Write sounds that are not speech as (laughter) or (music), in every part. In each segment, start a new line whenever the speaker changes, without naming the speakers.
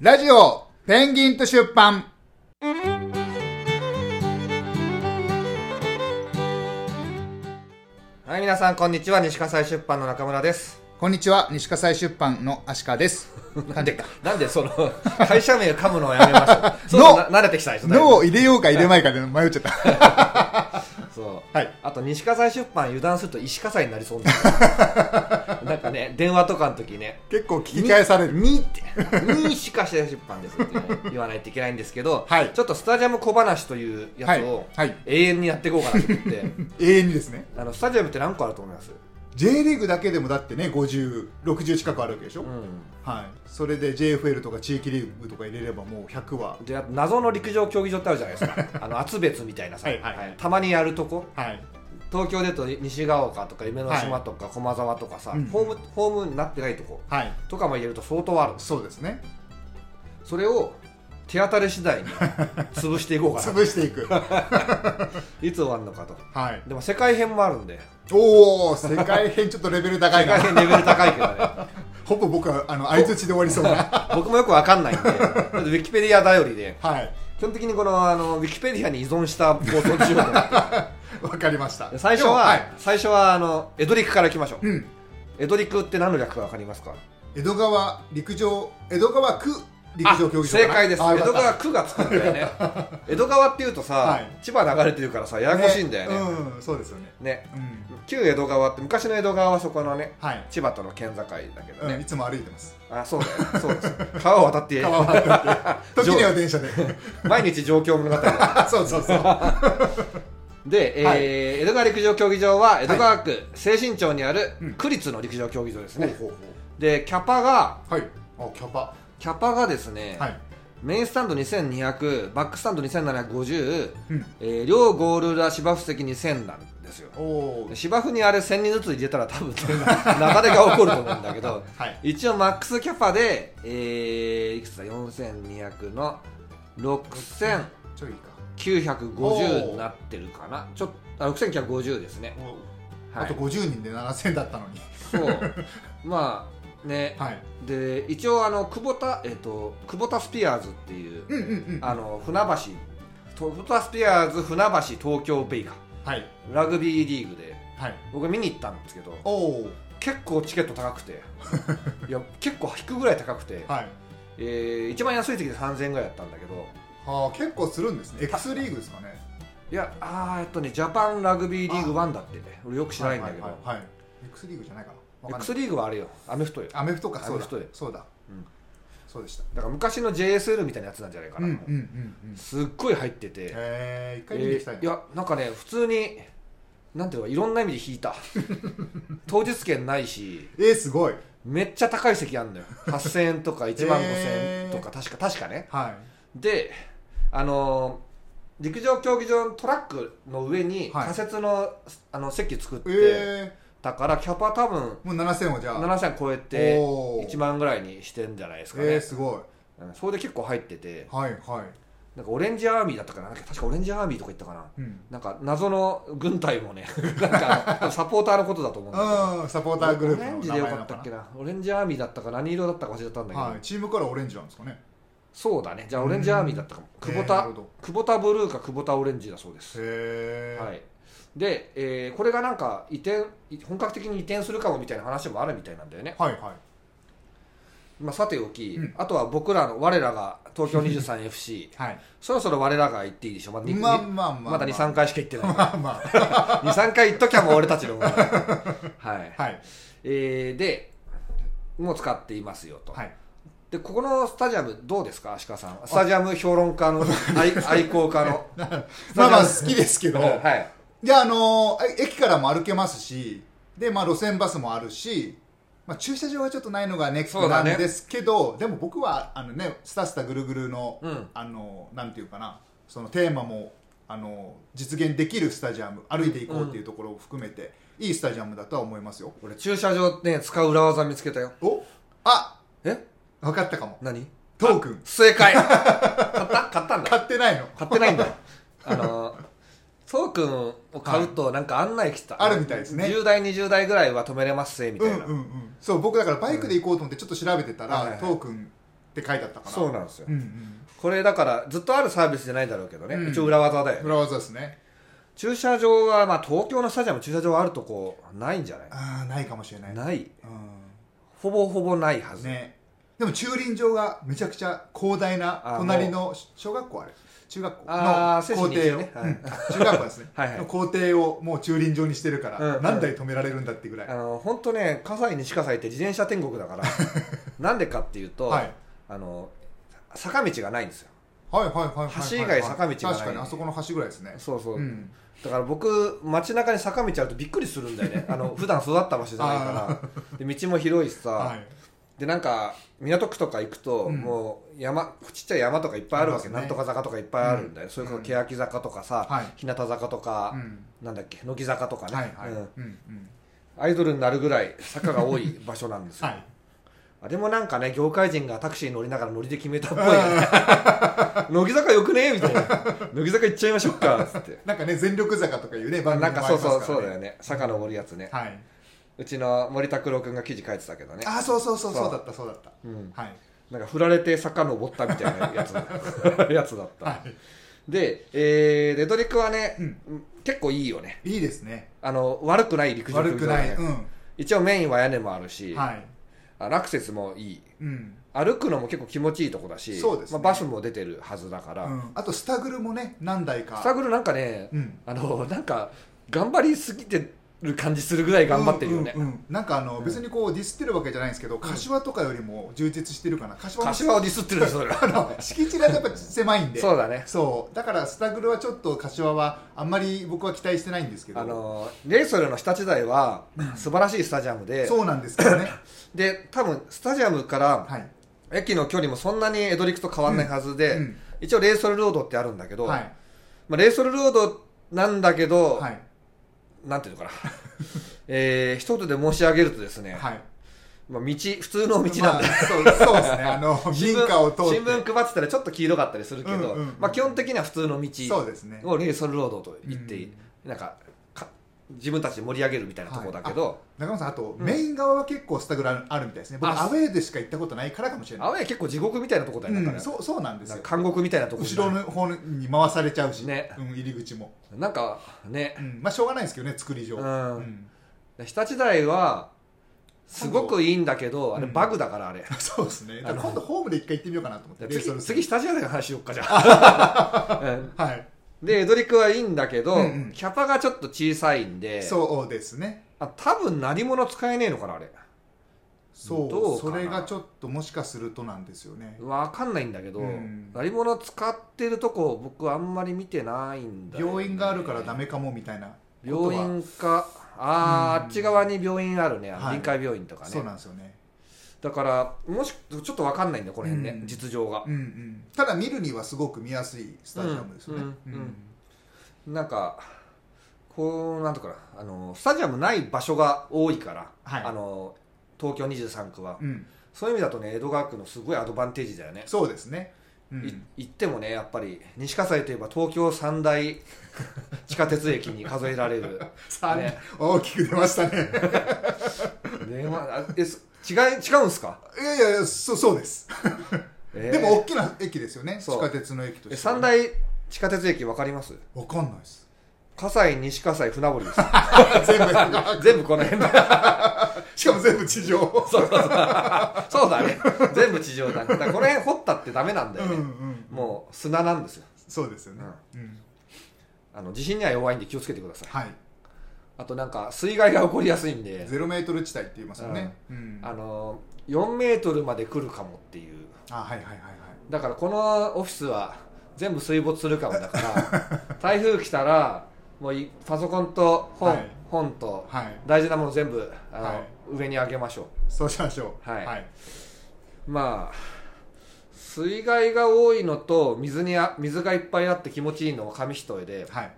ラジオ、ペンギンと出版。
はい、皆さん、こんにちは。西葛西出版の中村です。
こんにちは、西葛西出版のアシカです。なんでか。
(laughs) なんで、その、 (laughs) 会社名噛むのをやめました。
(laughs)
そう
の
な慣れてきた人だい
(laughs)
ぶ
脳を入れようか入れまいかで迷っちゃ
(laughs)
った。
そう。
はい。
あと、西葛西出版油断すると石葛西になりそうなんだ
(laughs)
なんかね、電話とかの時ね。
結構聞き返される。
にって、にしかし出版ですってね、言わないといけないんですけど、
はい
ちょっとスタジアム小話というやつを、
はいはい
永遠にやっていこうかなと
(laughs)
思って、
永遠にですね。
あのスタジアムって何個あると思います
J リーグだけでもだってね、50、60近くあるわけでしょ。
う
はい。それで JFL とか地域リーグとか入れればもう100は。
ん。で、あと謎の陸上競技場ってあるじゃないですか。
(laughs)
あの、厚別みたいなさ、
はいはいはい
たまにやるとこ。
はい。
東京で言うと西が丘とか夢の島とか駒沢とかさ、
うん
ホームホームになってないとこ
はい。
とかも入れると相当ある
そうですね。
それを手当たり次
(laughs)
第に潰していこうかな
潰していく。はい
つ終わるのかと
い。
でも世界編もあるんで
おお世界編ちょっとレベル高
(laughs) 世
い
界
な。
編レベル高いけど
(laughs)
ね
ほぼ僕は、あの、相づちで終わりそうな。
僕もよくわかんないんでだってウィキペディア頼りで
はい。
基本的にこのあのウィキペディアに依存した放送中な
(laughs)
の
わかりました。
で最初は、
でもい
最初はあのエドリックからいきましょう、
うん。
エドリックって何の略かわかりますか
江戸川陸上江戸川区陸上競技場
正解です
あ
江
よか
戸
った
川区がつくんだ
(laughs)
よね江戸川っていうとさ、
はい
千葉流れてるからさややこしいんだよねね,、
ねうんそうですよねうん
旧江戸川って昔の江戸川はそこのね
はい、
千葉との県境だけど
うん、い
ね、
つも歩いてます (laughs)
あそうだよねそうです川を渡って
川を渡って時には電
(laughs)
車で
毎日状況物語
そうそうそう
で、えー
はい
江戸川陸上競技場は江戸川区清新町にある区立の陸上競技場ですね、
ほうほう
でキャパが
ほうはいあキャパ
キャパがですね、
はい、
メインスタンド2200バックスタンド2750、
うん、
えー両ゴール裏芝生席2000なんですよ
おお
芝生にあれ1000人ずつ入れたら多分流れが起こると思うんだけど (laughs)
はい
一応マックスキャパで、えー、いくつだ4200の
ちょいか
6950になってるかなちょっとあ6950ですね
お、ー
は
あと
い、
50人で7000だったのに (laughs)
そうまあね
はい
で一応あの久保田えっ、と久保田スピアーズっていう
うんうんうん
あの船橋と久保田スピアーズ船橋東京ベイか
はい
ラグビーリーグで
はい
僕見に行ったんですけど
おお
結構チケット高く
(laughs)
ていや結構引くぐらい高くて、
はい
えー一番安い時で3000円ぐらいだったんだけど
あー結構するんですね X リーグですかね
いやあーえっとねジャパンラグビーリーグ1だってね俺よく知らないんだけど、
はいはいはいはい X リーグじゃないかなわかんない
X リーグはあれよアメフトよ
アメフトか
ア
そ
メ
うだ
フトで
そうだ、
うん
そうでした
だから昔の JSL みたいなやつなんじゃないかな、
んうん
すっごい入ってて、
へえ一
え
回見に行きたい
ー
ない
やなんかね普通になんていうのかいろんな意味で引
(laughs)
いた当日券ないし
えー、すごい
めっちゃ高い席あるのよ8000円とか1万5000円とか、確か確かね
は
であのー陸上競技場のトラックの上に
はい
仮設の,、あの席作って、
いえ
だからキャパ多
ー、
分
もう7000をじゃあ
7000超えて
おー
1万ぐらいにしてんじゃないですか
えー、
ね、
すごい
うんそれで結構入ってて
はいはい
なんかオレンジアーミーだったかななんか確かオレンジアーミーとか言ったかな
うん
なんか謎の軍隊もね (laughs) なんかあのサポーターのことだと思うんだけど
うんサポーターグルー
オレン
プ
ジ
の
で
名
よ
前
か
なの
ったっけ
か
なオレンジアーミーだったか何色だったか忘れちゃった
な
んだけど、
はいチームからオレンジなんですかね
そうだねじゃあオレンジアーミーだったかも
うん
久保
えーな
田、
るほど
久保田ブルーか久保田オレンジだそうです
へえ、
はい、で、えーこれがなんか移転い本格的に移転するかもみたいな話もあるみたいなんだよね、
はい、はい
まあ、さておき、
うん
あとは僕らの我らが東京 23FC
はい
そろそろ我らが行っていいでしょまだ,、
まあまあまあ
まだ23回しか行ってない
まあま
23回行っときゃもう俺たちのものだはい、
あはい
えーでもう使っていますよと、
はい
でここのスタジアムどうですか足利さんスタジアム評論家の愛愛好家の
(laughs) まあまあ好きですけど
はい
であのーえ駅からも歩けますしで、まあ、路線バスもあるし、まあ、駐車場はちょっとないのがネッ
そ
ク
う
な
だ
ん
ね
ですけど、でも僕はあの、ね、スタスタぐるぐるの,、
うん
あのなんていうかなそのテーマもあの実現できるスタジアム歩いていこうっていうところを含めて、いいスタジアムだとは思いますよ
俺駐車場ね使う裏技見つけたよ
おあ
え
分かったかも
何
トークン
正解買った買ったんだ
買ってないの
買ってないんだあのトークンを買うとなんか案内来た
あるみたいですね
10代20代ぐらいは止めれますぜみた
う
い
ん
な、
うんうんそう僕だからバイクで行こうと思ってちょっと調べてたら、
はいはいはい
トークンって書いてあったから
そうなんですよ、
うん
これだからずっとあるサービスじゃないだろうけどね、
うん
一応裏技だ
う
よ
ん、
ね
裏技ですね
駐車場は、まあ、東京のスタジアム駐車場あるとこないんじゃない
ああないかもしれない
ない
うん
ほぼほぼないはず、
ねでも駐輪場がめちゃくちゃ広大な
あ
隣の小学校あれ中学校
あ
の
ー
校庭を、
精神にいいですね
うん中学校ですね
はいはい
の校庭をもう駐輪場にしてるから、
うんうん
何台止められるんだってぐらい、
あの本当ね葛西西葛西って自転車天国だから
(laughs)
なんでかっていうと、
はい
あの坂道がないんですよ
はいはいはいはいはい
橋以外坂道がない
確かにあそこの橋ぐらいですね
そうそう、
うん
だから僕街中に坂道あるとびっくりするんだ
(laughs)
よねあの普段育った場所じゃないからで道も広いしさ、
はい
でなんか港区とか行くと、
うん
もう山ちっちゃい山とかいっぱいあるわけ、
ありますね
なんとか坂とかいっぱいあるんだよ、それこそ欅坂とかさ、
はい
日向坂とか、
うん
なんだっけ乃木坂とかね、
はいはい
うん
うんうん
アイドルになるぐらい坂が多い場所なんですよ、
はい
あれもなんかね業界人がタクシーに乗りながら乗りで決めたっぽい
(laughs)
よね (laughs) 乃木坂よくねみたいな (laughs) 乃木坂行っちゃいましょうかっつって
なんかね全力坂とかいうね番組
なん
もあ
か
り
そう
ます
そう
か
そうだ
ら
よ
ね
ね坂登るやつね
はい、
うちの森拓郎君が記事書いてたけどね
ああそうそうそう
そう
そうだったそうだった、
うん
はい
なんか振られて坂登ったみたいなやつ
(laughs)
やつだった、
はい
で、えーレトリックはね、
う
結構いいよね
いいですね
あの悪くない陸上
悪くない
競技場
う
だね
ん
一応メインは屋根もあるし、
はい
あのアクセスもいい
うん
歩くのも結構気持ちいいとこだし
そうですね
まあ、バスも出てるはずだから、
うんあとスタグルもね何台か
スタグルなんかね、
うん
あのなんか頑張りすぎてる感じするぐらい頑張ってるよね、
うんうんうんなんかあの別にこうディスってるわけじゃないんですけど柏とかよりも充実してるかな柏の
柏をディスってるんですそれ
あの敷地がやっぱ狭いん (laughs) で
(laughs) そうだね
そうだからスタグルはちょっと柏はあんまり僕は期待してないんですけど
あのレイソルの下地台は素晴らしいスタジアムで
そうなんですけどね
で多分スタジアムから
はい
駅の距離もそんなにエドリックと変わんないはずで、
うん
一応レイソルロードってあるんだけど、
はい
まあ、レイソルロードなんだけど、
はい
なんていうのかな (laughs) えー、一言で申し上げるとですね、
はい
まあ、道普通の道なんで、
まあそうそうですねあの
新
民
聞
家を通って
新聞配ってたらちょっと黄色かったりするけど、
うんうんうん
まあ、基本的には普通の道
そうですね
をレイソルロードと言って、なんかか自分たちで盛り上げるみたいなところだけど、
中野さんあと、
うん
メイン側は結構スタグルあるみたいですね僕
あ
アウェーでしか行ったことないからかもしれない
あわや結構地獄みたいなとこだよだから、
うん、そうそうなんです
なん
よ
か監獄みたいなとこ
後ろの方に回されちゃうし、
ね
うん、入り口も、
なんかね
う、ん、まあしょうがないですけどね作り上、
うん
ん (laughs)
日立大はすごくいいんだけどあれ
うん
バグだからあれ、
そうですねだから
あの
今度ホームで一回行ってみようかなと思ってレイソル
次
ス
次日立大の話しよっかじゃ
(laughs)
あ、うん
はい
でエドリックはいいんだけど、
うんうん
キャパがちょっと小さいんで
そうですね
あ多分何者使えねえのかなあれ
そう
どうか
そ
な
れがちょっともしかするとなんですよね
わかんないんだけど、
うん
何者使ってるとこ僕あんまり見てないんだよね、
病院があるからダメかもみたいなことは
病院かあ
うん
ーあっち側に病院あるねあの
はい
臨海病院とかね、
そうなんですよね、
だからもしちょっとわかんないんだよこの辺ね、
うん
実情が
うんうん、ただ見るにはすごく見やすいスタジアムですよね、
うんうんなんかこうなんとかなあのスタジアムない場所が多いから、
はい
あの東京23区は、
うん
そういう意味だとね江戸川区のすごいアドバンテージだよね、
そうですね、う
い
ん、
行ってもねやっぱり西葛西といえば東京三大 (laughs) 地下鉄駅に数えられる
さあ、
ね
大きく出ましたね
ね、まあ、えす違い違うんすか、
いやいやいやそうそうです、
え
で
ー
も大きな駅ですよね
そう
地下鉄の駅として
え
は
三大地下鉄駅わかります
わかんないです (laughs)
葛西西葛西船堀です
全部
全部この辺だ
しかも全部地上
そうそうそうそうだね全部地上だ,、ね、だからこの辺掘ったってダメなんだよ
うん
ね、
うん
もう砂なんですよ
そうですよね、うん
あの地震には弱いんで気をつけてください
はい
あとなんか水害が起こりやすいんで
ゼロメートル地帯って言いますよね、うん
あの4メートルまで来るかもっていう
あはいはいはいはい
だからこのオフィスは全部水没するかもだから
(laughs)
台風来たらもういパソコンと本,、
はい
本と
はい
大事なもの全部あの、
はい
上に上げましょ
そうしましょう
はいうまあ水害が多いのと水にあ水がいっぱいあって気持ちいいのを紙一重で
はい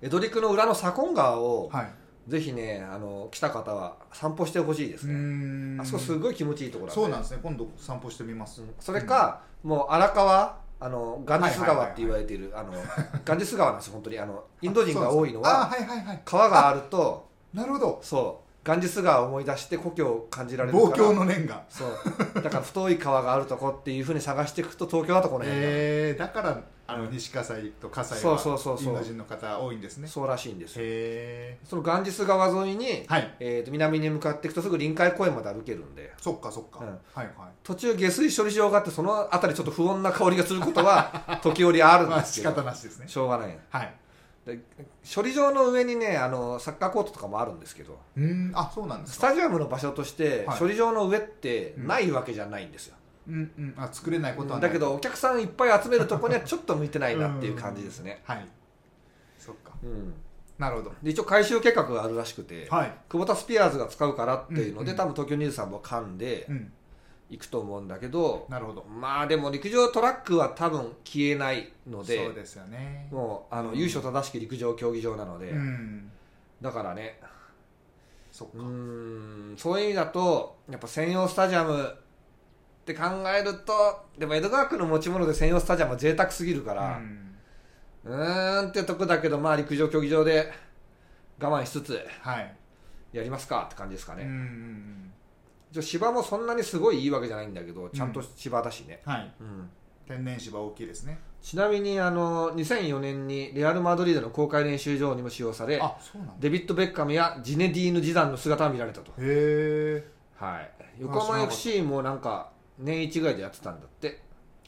江戸陸の裏の左近川を、
はい
ぜひねあの来た方は散歩してほしいです
う
ね、
ーん
あそこすごい気持ちいいところ
そうなんですね今度散歩してみます、
それか、もう荒川あのガンジス川って言われてる、あのガンジス川なんですよ本当にあのインド人が多いの
あ
は
そうなんですかあはいはいはい
川があると
なるほど
そうガンジス川を思い出して故郷を感じられるから
望郷の年が
そうだから太い川があるとこっていうふうに探していくと東京だとこの辺が、
えー、だからあの西葛西と葛西は
そうそうそうそう
インド人の方多いんですね
そうらしいんですよ
へえ
そのガンジス川沿いに、
はい
えー、と南に向かっていくとすぐ臨海公園まで歩けるんで
そっかそっか、
うん
はいは
途中下水処理場があってその辺りちょっと不穏な香りがするこ
(laughs)
とは時折あ
い
るん
ま
で
あ
す
仕
けど、
方なしですね
しょうがないな
はい
で処理場の上にねあのサッカーコートとかもあるんですけど
うーんあそうなんで
ス
すか
タジアムの場所として、
はい
処理場の上って
うん
ないわけじゃないんですよ、
うんうんあ作れないことはない
だけどお客さんいっぱい集めるとこにはちょっと向いてないなっていう感じですね、
はいそっか
うん、
なるほど
で一応回収計画があるらしくて、
はい
久保田スピアーズが使うからっていうので、
うん
多分東京23も噛んで
うん
いくと思うんだけど、
なるほど
まあでも陸上トラックは多分消えないので
そうですよね
もうあの、
うん
優勝正しき陸上競技場なので、
うん
だからね
そっか
うーんそういう意味だとやっぱ専用スタジアムって考えるとでも江戸川区の持ち物で専用スタジアムは贅沢すぎるから
うん
うーんってとこだけどまあ陸上競技場で我慢しつつ
はい
やりますかって感じですか
う
ね、
んうんうん
一応芝もそんなにすごいいいわけじゃないんだけどちゃんと芝だしね、
はい
うん
天然芝大きいですね
ちなみにあの2004年にレアル・マドリードの公開練習場にも使用され
あそうなんだ
デビッド・ベッカムやジネディーヌ・ジダンの姿が見られたと、
へえ
はい、横浜 FC もなんか年一ぐらいでやってたんだって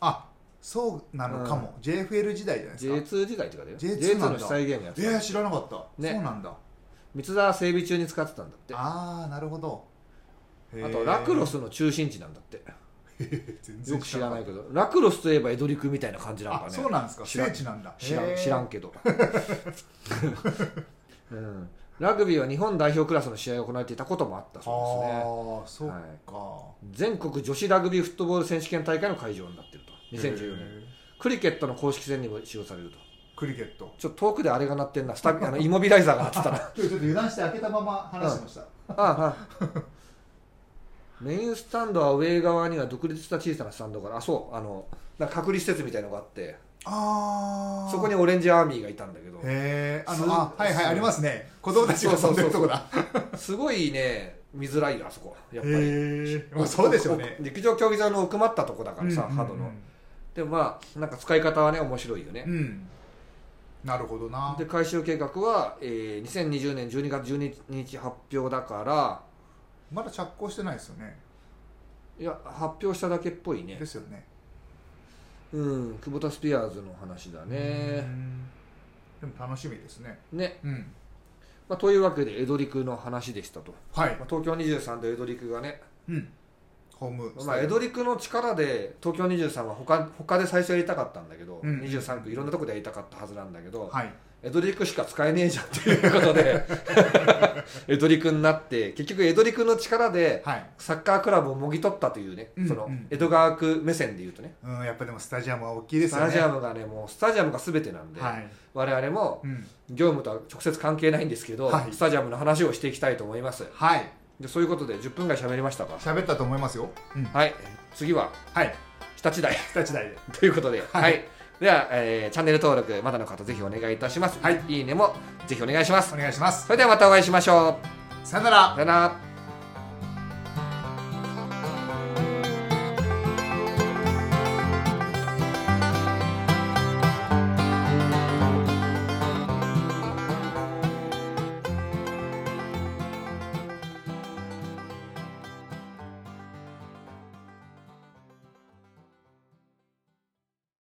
あそうなのかも、JFL 時代じゃないですか
J2 時代とかだよ
J2
J2
なん
の
だ
主催ゲームやって
えー、
た
知らなかった、
ね
そうなんだ
三沢整備中に使ってたんだってあ
ああなるほどへー
とラクロスの中心地なんだって
(laughs) 全然
よく知らないけどラクロスといえば江戸陸みたいな感じなんかね
あそうなんですか
知らん
聖地なんだ
知ら
へ
ん
ー
知らんけど、うん、ラグビーは日本代表クラスの試合を行われていたこともあった
あ
そうで
ーそ
すね
っか、
全国女子ラグビーフットボール選手権大会の会場になってると2014
へ
年
ー
クリケットの公式戦にも使用されると
クリケット
ちょっと遠くであれが鳴ってんなスタあのイモビライザーが鳴って
(laughs)
たな
今日ちょっと油断して開けたまま話してました、
ああああメインスタンドは上側には独立した小さなスタンドからあそうあのなんか隔離施設みたいのがあって
ああ
そこに
へ
オレンジアーミーがいたんだけど
えあの
す
あはいはい
す
ありますね子供たちが遊んでるとこだ
すごいね見づらいよあそこやっぱり
へえまあそうでしょうね
奥陸上競技場の奥まったとこだからさ、ハードのでもまあなんか使い方はね面白いよね、
うん、うん、なるほどな
で改修計画は、えー2020年12月12日発表だから
まだ着工してないですよね
いや発表しただけっぽいね
ですよね
うん久保田スピアーズの話だ
う
ね
んでも楽しみですね
ね、
うん
まあ、というわけで江戸陸の話でしたと、
はい
まあ、東京23と江戸陸がね、
うんホーム
まあ、江戸
り
陸の力で東京23は他他で最初やりたかったんだけど、
うん
23区いろんなとこでやりたかったはずなんだけど、
はい
江戸陸しか使えねえじゃんっていうこ
(laughs)
とで江戸陸になって結局江戸陸の力で
はい
サッカークラブをもぎ取ったというね、
うん
その
うん
江戸川区目線で言うとね
うんやっぱでもスタジアムは大きいで
ス
すよ
タ
ね
ジアムがねもうスタジアムが全てなんで、
はい
我々も
うん
業務とは直接関係ないんですけど、
はい
スタジアムの話をしていきたいと思います
はい
でそういうことで10分ぐらい喋りましたか
喋ったと思いますようん
はい次は
はい
日立大
日立大で
(laughs) ということで、
はい
はいでは、えーチャンネル登録まだの方ぜひお願いいたします、はい、いいねもぜひお願いします
お願いします
それではまたお会いしましょ
さよなら
うさよなら